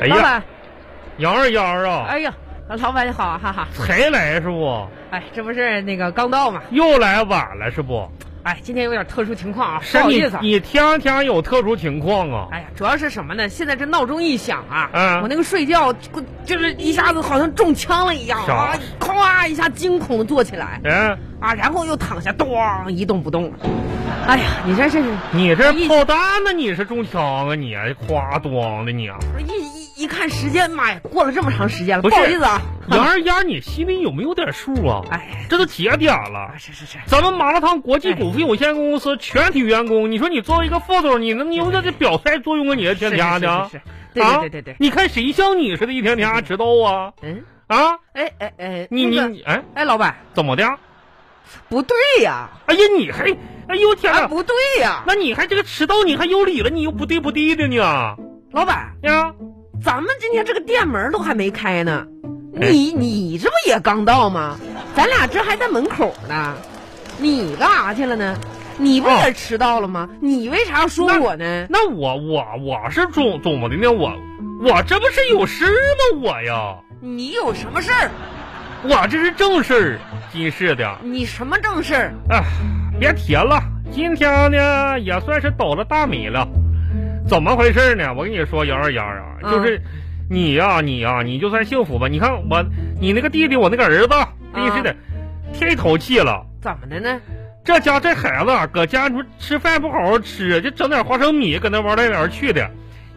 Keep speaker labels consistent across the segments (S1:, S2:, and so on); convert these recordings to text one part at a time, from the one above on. S1: 哎
S2: 老
S1: 呀，
S2: 板，
S1: 杨二丫啊，
S2: 哎呀，老板你好，哈哈。
S1: 才来是不？
S2: 哎，这不是那个刚到嘛？
S1: 又来晚了是不？
S2: 哎，今天有点特殊情况啊，不
S1: 是
S2: 好
S1: 你
S2: 意思啊。
S1: 你天天有特殊情况啊？
S2: 哎呀，主要是什么呢？现在这闹钟一响啊，
S1: 嗯
S2: 我那个睡觉就就是一下子好像中枪了一样
S1: 是
S2: 啊
S1: 啊，
S2: 咵一下惊恐地坐起来
S1: 哎，
S2: 啊，然后又躺下，咚一动不动了。哎呀，你这这是
S1: 你这
S2: 一
S1: 炮弹呢？你是中枪啊？你夸咣的你啊！
S2: 一一一看时间，妈呀，过了这么长时间了，
S1: 不
S2: 不
S1: 是
S2: 好意思啊。
S1: 杨二丫，你心里有没有点数啊？
S2: 哎，
S1: 这都几点了
S2: 啊，？是是是，
S1: 咱们麻辣烫国际股份有限公司全体员工，你说你作为一个副总，你能有点这表态作用啊？你这天天的
S2: 哎是是是是，对
S1: 啊
S2: 对对对对，
S1: 你看谁像你似的，一天天知道啊
S2: 嗯，
S1: 啊！
S2: 哎哎哎，
S1: 你
S2: 那
S1: 你
S2: 个
S1: 你哎，
S2: 哎，老板
S1: 怎么的？啊
S2: 不对呀，
S1: 哎呀，你还哎呦天
S2: 啊
S1: 哪！
S2: 不对呀，
S1: 那你还这个迟到，你还有理了，你又不对不对的呢
S2: 老板，
S1: 呀？
S2: 咱们今天这个店门都还没开呢，
S1: 哎
S2: 你你这不也刚到吗？咱俩这还在门口呢，你干啥去了呢？你不
S1: 哦
S2: 也迟到了吗？你为啥说
S1: 那
S2: 我呢？
S1: 那我我我是总怎么的呢？我我这不是有事儿吗？我呀，
S2: 你有什么事儿？
S1: 我这是正事儿，真是的。
S2: 你什么正事儿？
S1: 哎，别提了，今天呢也算是倒了大霉了。怎么回事呢？我跟你说，杨二丫啊，
S2: 嗯
S1: 就是你呀、你呀、你就算幸福吧。你看我，你那个弟弟，我那个儿子，真是的，
S2: 嗯
S1: 太淘气了。
S2: 怎么的呢？
S1: 这家这孩子啊搁家说吃饭不好好吃，就整点花生米搁那玩来玩去的，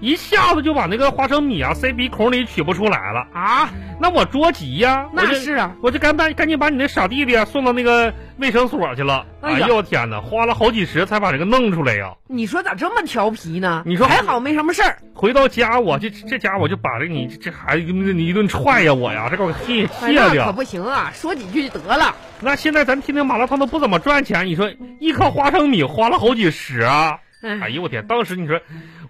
S1: 一下子就把那个花生米啊塞鼻孔里取不出来了。
S2: 啊，
S1: 那我着急呀、我
S2: 那
S1: 就是
S2: 啊，
S1: 我就赶把赶紧把你那傻弟弟啊送到那个卫生所去了。
S2: 哎
S1: 哎
S2: 呀
S1: 呦我天哪，花了好几十才把这个弄出来呀、
S2: 你说咋这么调皮呢？
S1: 你说
S2: 还好没什么事儿。
S1: 回到家我这这家我就把这你这孩子你一顿踹呀我呀，这给我气
S2: 哎
S1: 气
S2: 那可
S1: 的。
S2: 不行啊，说几句就得了。
S1: 那现在咱天天麻辣烫都不怎么赚钱，你说一颗花生米花了好几十啊！哎
S2: 哎，
S1: 呦我天，当时你说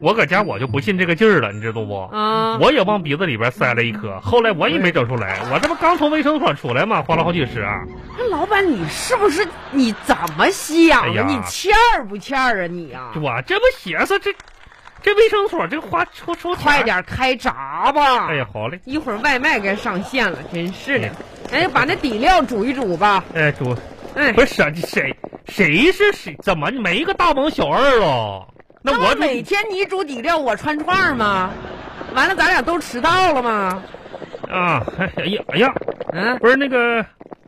S1: 我搁家我就不信这个劲儿了，你知道不？
S2: 啊，
S1: 我也往鼻子里边塞了一颗，后来我也没整出来，我这不刚从卫生所出来嘛，花了好几十啊。
S2: 那老板，你是不是你怎么想
S1: 哎
S2: 的？
S1: 呀
S2: 你欠儿不欠儿啊你呀、
S1: 我这不寻思这，这卫生所这花出出钱
S2: 快！点开闸吧！
S1: 哎呀，好嘞，
S2: 一会儿外卖该上线了，真是的。哎，把那底料煮一煮吧。
S1: 哎，主
S2: 哎，
S1: 不是谁谁谁是谁？怎么没一个大王小二了？那我
S2: 不每天你煮底料，我穿串儿吗？完了，咱俩都迟到了吗？
S1: 啊，哎呀哎呀，
S2: 嗯、
S1: 不是那个，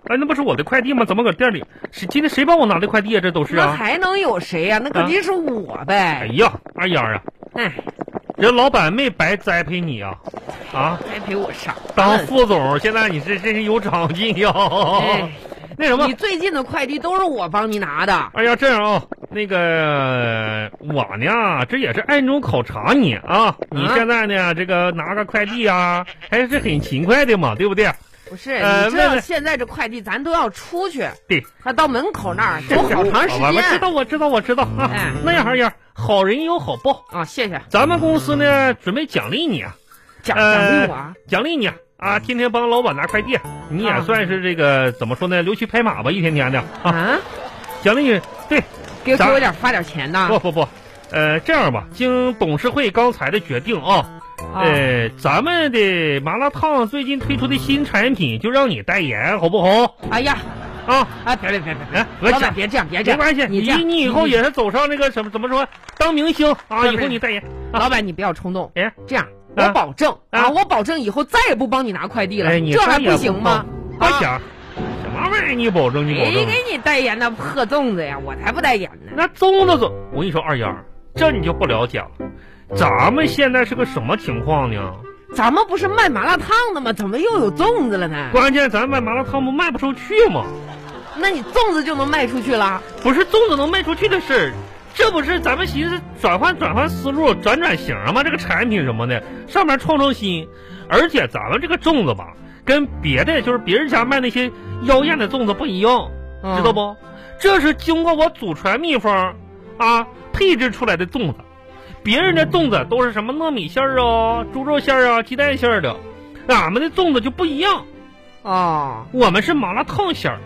S1: 哎，那不是我的快递吗？怎么搁店里？谁今天谁帮我拿的快递啊？这都是
S2: 那
S1: 啊！
S2: 还能有谁呀、那肯定是我
S1: 哎
S2: 呗。
S1: 呀，二丫啊，
S2: 哎，
S1: 人老板没白栽培你啊！啊，
S2: 栽培我啥？
S1: 当哦副总，现在你这真是有长进呀！
S2: 嗯哎
S1: 那什么
S2: 你，最近的快递都是我帮你拿的。
S1: 哎呀，这样啊、那个我呢，这也是暗中考察你啊。你现在呢，这个拿个快递啊，还是很勤快的嘛，对不对？
S2: 不是，
S1: 呃
S2: 你知道
S1: 问问
S2: 现在这快递咱都要出去，
S1: 对，
S2: 还到门口那儿走好长时
S1: 啊我我知
S2: 间。
S1: 道，我知道，我知道啊。
S2: 哎
S1: 那样二丫，好人有好报，
S2: 啊、谢谢，
S1: 咱们公司呢准备奖励你啊，
S2: 奖奖
S1: 呃
S2: 励我啊。
S1: 奖励你啊啊，天天帮老板拿快递，你
S2: 啊
S1: 也算是这个、怎么说呢，溜须拍马吧，一天天的啊，
S2: 啊
S1: 奖励你。对，
S2: 给给
S1: 咱哦
S2: 我点发点钱呐！
S1: 不不不，呃，这样吧，经董事会刚才的决定啊。
S2: 啊，
S1: 呃，咱们的麻辣烫最近推出的新产品，就让你代言，好不好？
S2: 哎呀，
S1: 啊，
S2: 哎，别别别别
S1: 哎，
S2: 别，
S1: 我
S2: 老板
S1: 讲，
S2: 别这样，别这
S1: 没
S2: 样，
S1: 关系，
S2: 你
S1: 你
S2: 这样
S1: 你以后，也是走上那个什么怎么说，当明星啊，
S2: 对
S1: 以后你代言。啊
S2: 老板你不要冲动，
S1: 哎，
S2: 这样，
S1: 啊
S2: 我保证
S1: 啊
S2: 啊，我保证以后再也不帮你拿快递了
S1: 哎，你
S2: 这还
S1: 这也
S2: 不行吗？
S1: 我
S2: 啊，哎
S1: 讲，什么玩意儿？你保证，你保
S2: 谁
S1: 证。
S2: 给你代言那破粽子呀？我才不代言呢！
S1: 那粽子总，我跟你说，二丫，这你就不了解了。咱们现在是个什么情况呢？
S2: 咱们不是卖麻辣烫的吗？怎么又有粽子了呢？
S1: 关键咱卖麻辣烫不卖不出去吗？
S2: 那你粽子就能卖出去了？
S1: 不是粽子能卖出去的事儿，这不是咱们寻思转换转换思路、转转型吗？这个产品什么的，上面创创新，而且咱们这个粽子吧，跟别的就是别人家卖那些妖艳的粽子不一样，
S2: 嗯
S1: 知道？不？这是经过我祖传秘方啊配制出来的粽子，别人的粽子都是什么糯米馅儿啊、猪肉馅儿啊、鸡蛋馅儿的，俺们的粽子就不一样，
S2: 哦，
S1: 我们是麻辣烫馅儿。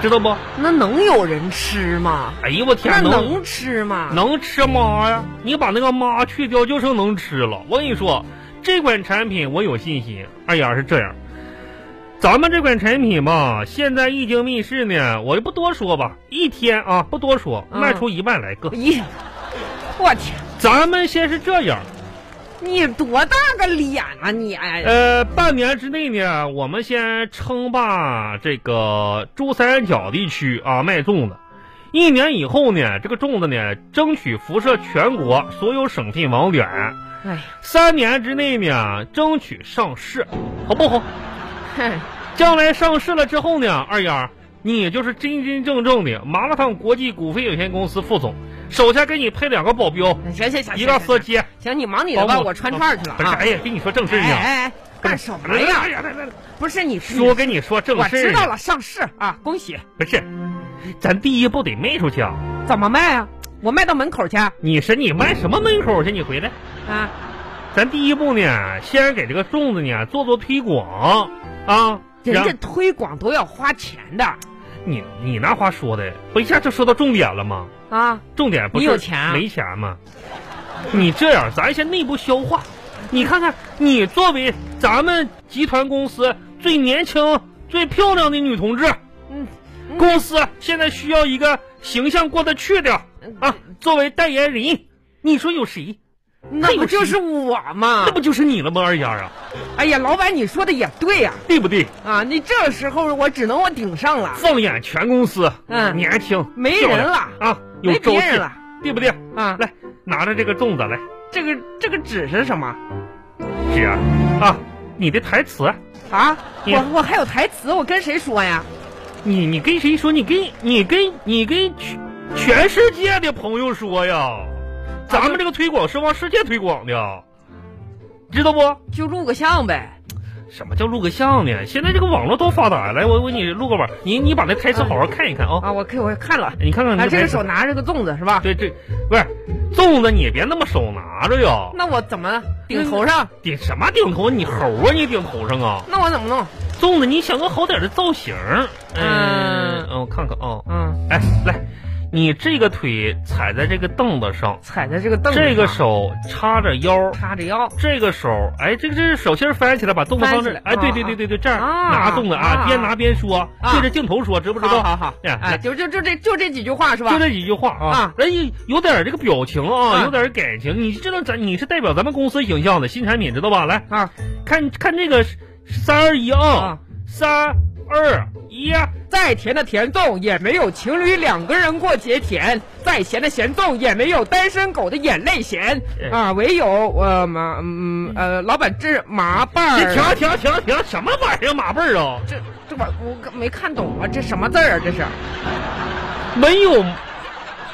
S1: 知道不？
S2: 那能有人吃吗？
S1: 哎呦我
S2: 那
S1: 天，
S2: 能吃吗？
S1: 能吃妈呀！你把那个妈去掉，就剩能吃了。我跟你说，这款产品我有信心。二丫是这样，咱们这款产品吧，现在一经面世呢，我就不多说吧，一天啊不多说，
S2: 嗯
S1: 卖出一万来个。
S2: 咦，我天，
S1: 咱们先是这样，
S2: 你多大个脸啊你？哎，
S1: 呃，半年之内呢，我们先称霸这个珠三角地区啊，卖粽子。一年以后呢，这个粽子呢，争取辐射全国所有省份网点。
S2: 哎，
S1: 三年之内呢，争取上市，好不好？
S2: 哼
S1: 将来上市了之后呢，二丫，你就是真真正正的麻辣烫国际股份有限公司副总，手下给你配两个保镖，
S2: 行行行，
S1: 一个
S2: 行
S1: 司机。
S2: 行，你忙你的吧，
S1: 保姆
S2: 我穿串儿去了
S1: 不是，
S2: 啊
S1: 哎。呀，跟你说正事
S2: 哎
S1: 儿呢。
S2: 哎哎，干什么呀？
S1: 哎呀，来来来
S2: 不是你
S1: 叔跟你说正
S2: 我
S1: 事儿呢。
S2: 知道了，上市啊，恭喜！
S1: 不是，咱第一步得卖出去啊！
S2: 怎么卖啊？我卖到门口去啊？
S1: 你是你卖什么门口去？你回来，
S2: 啊
S1: 咱第一步呢，先给这个粽子呢做做推广啊。
S2: 人家
S1: 然
S2: 推广都要花钱的
S1: 你你那话说的，不一下就说到重点了吗？
S2: 啊！
S1: 重点不是
S2: 你有钱啊
S1: 没钱吗？你这样，咱先内部消化。你看看，你作为咱们集团公司最年轻、最漂亮的女同志，
S2: 嗯，
S1: 公司现在需要一个形象过得去的
S2: 嗯
S1: 啊，作为代言人，你说有谁？
S2: 那不就是我吗
S1: 那？不就是你了吗？二丫啊，
S2: 哎呀，老板，你说的也对呀、
S1: 对不对？
S2: 啊！你这时候我只能我顶上了
S1: 放眼全公司，
S2: 嗯
S1: 年轻，
S2: 没
S1: 漂
S2: 人
S1: 亮
S2: 了
S1: 啊，有
S2: 没
S1: 朝
S2: 别
S1: 气
S2: 人了，
S1: 对不对？
S2: 啊！
S1: 来，拿着这个粽子来，
S2: 这个这个纸是什么
S1: 是啊，啊，你的台词，
S2: 啊？
S1: 你
S2: 我我还有台词，我跟谁说呀？
S1: 你你跟谁说？你跟你跟你跟全全世界的朋友说呀，咱们这个推广是往世界推广的，知道不？
S2: 就录个像呗。
S1: 什么叫录个像呢？现在这个网络多发达呀！来，我我给你录个网，你你把那台词好好看一看啊，
S2: 啊，我看我看了，
S1: 你看嗯看你
S2: 啊，
S1: 这
S2: 这
S1: 台
S2: 个
S1: 词
S2: 手。拿着个粽子是吧？
S1: 对对，不是粽子，你别那么手拿着呀！
S2: 那我怎么嗯顶头上？
S1: 顶什么顶头？你猴啊！你顶头上啊！
S2: 那我怎么弄？
S1: 粽子，你想个好点的造型儿。嗯
S2: 嗯，
S1: 嗯我看看啊、
S2: 嗯，
S1: 哎，来，你这个腿踩在这个凳子上，
S2: 踩在这个凳子上，
S1: 这个手叉着腰，
S2: 叉着腰，
S1: 这个手，哎，这个这手心儿翻起来，把粽子放这
S2: 翻起来
S1: 儿。哎，对对
S2: 啊
S1: 对对对，这样
S2: 啊
S1: 拿粽子啊，
S2: 啊
S1: 边拿边说，
S2: 啊
S1: 对着镜头说，知不知
S2: 好
S1: 道？
S2: 好好，
S1: 哎
S2: 哎，就就就这就这几句话是吧
S1: 就？这几句话啊
S2: 啊，
S1: 人有有点这个表情啊，
S2: 啊
S1: 有点感情。你知道咱你是代表咱们公司形象的新产品，知道吧？来
S2: 啊
S1: 看看这个三二一啊
S2: 啊，，
S1: 三二一，啊
S2: 再甜的甜粽也没有情侣两个人过节甜，再咸的咸粽也没有单身狗的眼泪咸
S1: 哎
S2: 啊，唯有呃麻嗯呃老板这麻瓣
S1: 这
S2: 儿，
S1: 停停停停，什么玩意儿马背儿啊？
S2: 这这玩我没看懂啊，这什么字儿啊？这是
S1: 没有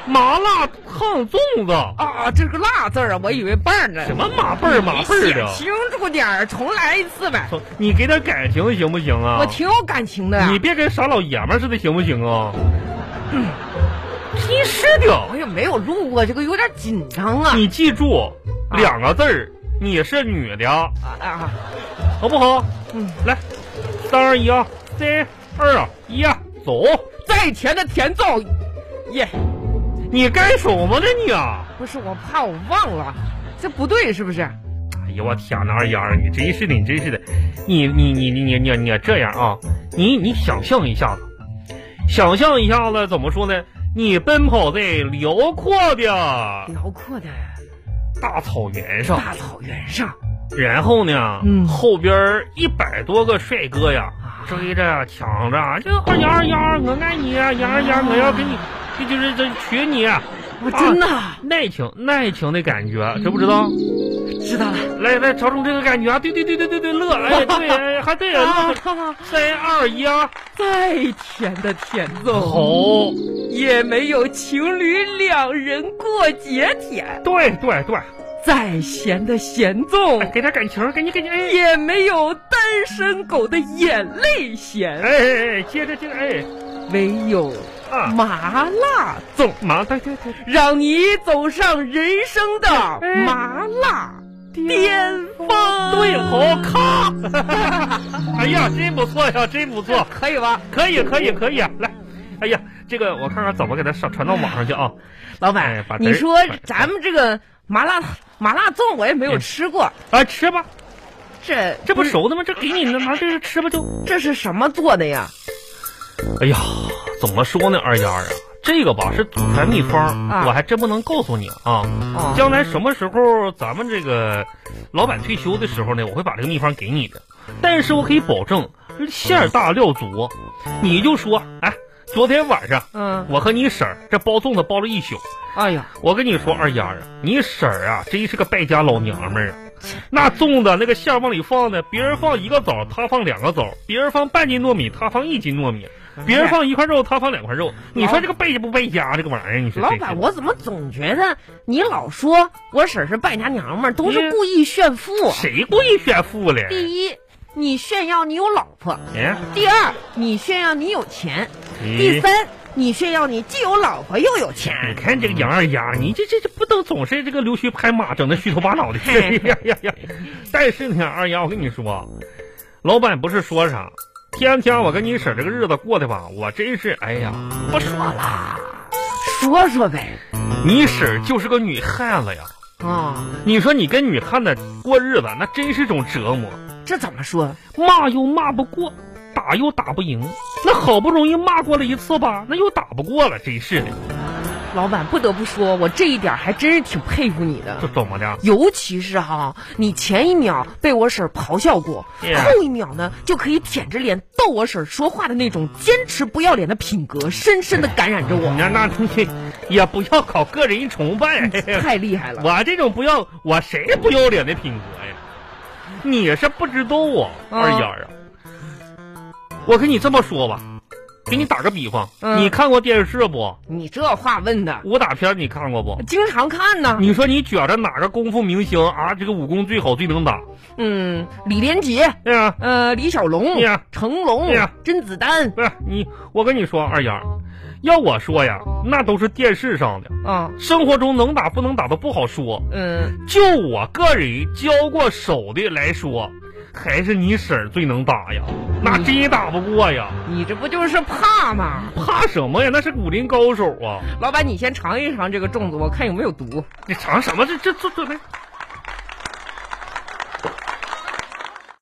S1: 麻辣烫粽子，
S2: 啊，这个辣字儿啊，我以为瓣儿呢
S1: 什。么马背儿马背儿
S2: 你
S1: 的
S2: 写，清楚点儿，重来一次呗。
S1: 你给点感情行不行啊？
S2: 我挺有感情的呀、
S1: 你别跟傻老爷们儿似的，行不行啊？
S2: 嗯
S1: 真是的，
S2: 哎呀，没有录过，这个有点紧张啊。
S1: 你记住
S2: 啊
S1: 两个字儿，你是女的，
S2: 啊啊，
S1: 好不好？
S2: 嗯，
S1: 来，三二一啊，三二一啊，走！
S2: 再甜的甜粽，耶，
S1: 你干什么呢你啊？
S2: 不是我怕我忘了，这不对是不是？
S1: 哎呀，我天哪，二丫儿，你真是的，你真是的，你你你你你你你这样啊，你你想象一下子，想象一下子怎么说呢？你奔跑在辽阔的
S2: 辽阔的
S1: 大草原上，
S2: 大草原上，
S1: 然后呢，
S2: 嗯
S1: 后边一百多个帅哥呀，
S2: 啊
S1: 追着抢着，这二丫二丫，我爱你啊呀，丫丫，我要跟你，这就是这娶你，
S2: 我真的
S1: 爱情爱情的感觉，知不知道？
S2: 嗯知道了。
S1: 来来，瞅瞅这个感觉啊！对对对对对对，乐！哎，对，哎还对，乐
S2: 啊！哈哈
S1: 三二一啊，
S2: 再甜的甜
S1: 好
S2: 粽，也没有情侣两人过节甜；
S1: 对对对，
S2: 再咸的咸
S1: 哎，
S2: 粽，
S1: 给点感情，给你给你，哎
S2: 也没有单身狗的眼泪咸。
S1: 哎哎哎，接着接着，哎
S2: 唯有
S1: 啊，
S2: 麻辣
S1: 走嘛，对对对，对
S2: 让你走上人生的麻辣哎巅峰。
S1: 哎对，好咔，哎哎呀，真不错呀，真不错，
S2: 可以吧？
S1: 可以可以可以，来，哎呀，这个我看看怎么给它上传到网上去啊。
S2: 老
S1: 哎
S2: 板
S1: 把，
S2: 你
S1: 嘚儿
S2: 说
S1: 把嘚儿
S2: 咱们这个麻辣麻辣粽我也没有
S1: 嗯
S2: 吃过，
S1: 啊，吃吧，
S2: 这
S1: 这不熟的吗？这给你拿这个吃吧就。
S2: 这是什么做的呀？
S1: 哎呀，怎么说呢，二丫啊，这个吧是祖传秘方，
S2: 啊
S1: 我还真不能告诉你啊。
S2: 哦，
S1: 将来什么时候咱们这个老板退休的时候呢，我会把这个秘方给你的。但是我可以保证，馅儿大料足。你就说，哎，昨天晚上
S2: 嗯，
S1: 我和你婶儿这包粽子包了一宿。
S2: 哎呀，
S1: 我跟你说，二丫啊，你婶儿啊，真是个败家老娘们儿啊。 那粽子那个馅儿往里放呢，别人放一个枣，她放两个枣；别人放半斤糯米，她放一斤糯米；别人放一块肉，她放两块肉。你说这个败家不败家？这个玩意儿，你说
S2: 老
S1: 真是
S2: 板，我怎么总觉得你老说我婶儿是败家娘们儿，都是
S1: 你
S2: 故意炫富？
S1: 谁故意炫富了？
S2: 第一，你炫耀你有老婆；
S1: 哎，
S2: 第二，你炫耀你有钱；第
S1: 你
S2: 三，你炫耀你既有老婆又有钱。
S1: 你看这个杨二丫，你这这这不能总是这个溜须拍马，整的虚头巴脑的。哎呀呀呀！但是呢，二丫，我跟你说，老板不是说啥，天天我跟你婶儿这个日子过的吧，我真是哎呀，不说了，
S2: 说说呗，
S1: 你婶儿就是个女汉子呀。
S2: 啊、
S1: 你说你跟女汉子过日子，那真是种折磨，
S2: 这怎么说？
S1: 骂又骂不过，打又打不赢，那好不容易骂过了一次吧，那又打不过了，真是的，
S2: 老板不得不说，我这一点儿还真是挺佩服你的
S1: 这。怎么的？
S2: 尤其是哈、你前一秒被我婶儿咆哮过
S1: Yeah
S2: 后一秒呢就可以舔着脸逗我婶儿说话的那种坚持不要脸的品格，深深的感染着 我，
S1: 那那你也不要搞个人崇拜。
S2: 太厉害了。
S1: 我这种不要我谁不要脸的品格呀？你是不知道啊，
S2: 嗯
S1: 二丫啊！我跟你这么说吧，给你打个比方，
S2: 嗯
S1: 你看过电视不？
S2: 你这话问的，
S1: 武打片你看过不？
S2: 经常看呢。
S1: 你说你觉着哪个功夫明星啊，这个武功最好最能打？
S2: 嗯，李连杰，
S1: 对啊呀、
S2: 呃，李小龙
S1: Yeah
S2: 成龙
S1: Yeah
S2: 甄子丹
S1: 不是你，我跟你说，二丫，要我说呀，那都是电视上的，
S2: 啊，
S1: 生活中能打不能打都不好说。
S2: 嗯，
S1: 就我个人交过手的来说，还是你婶儿最能打呀，那真也打不过呀，
S2: 你这不就是怕吗？
S1: 怕什么呀？那是武林高手啊！
S2: 老板，你先尝一尝这个粽子，我看有没有毒。
S1: 你尝什么？这这这这来，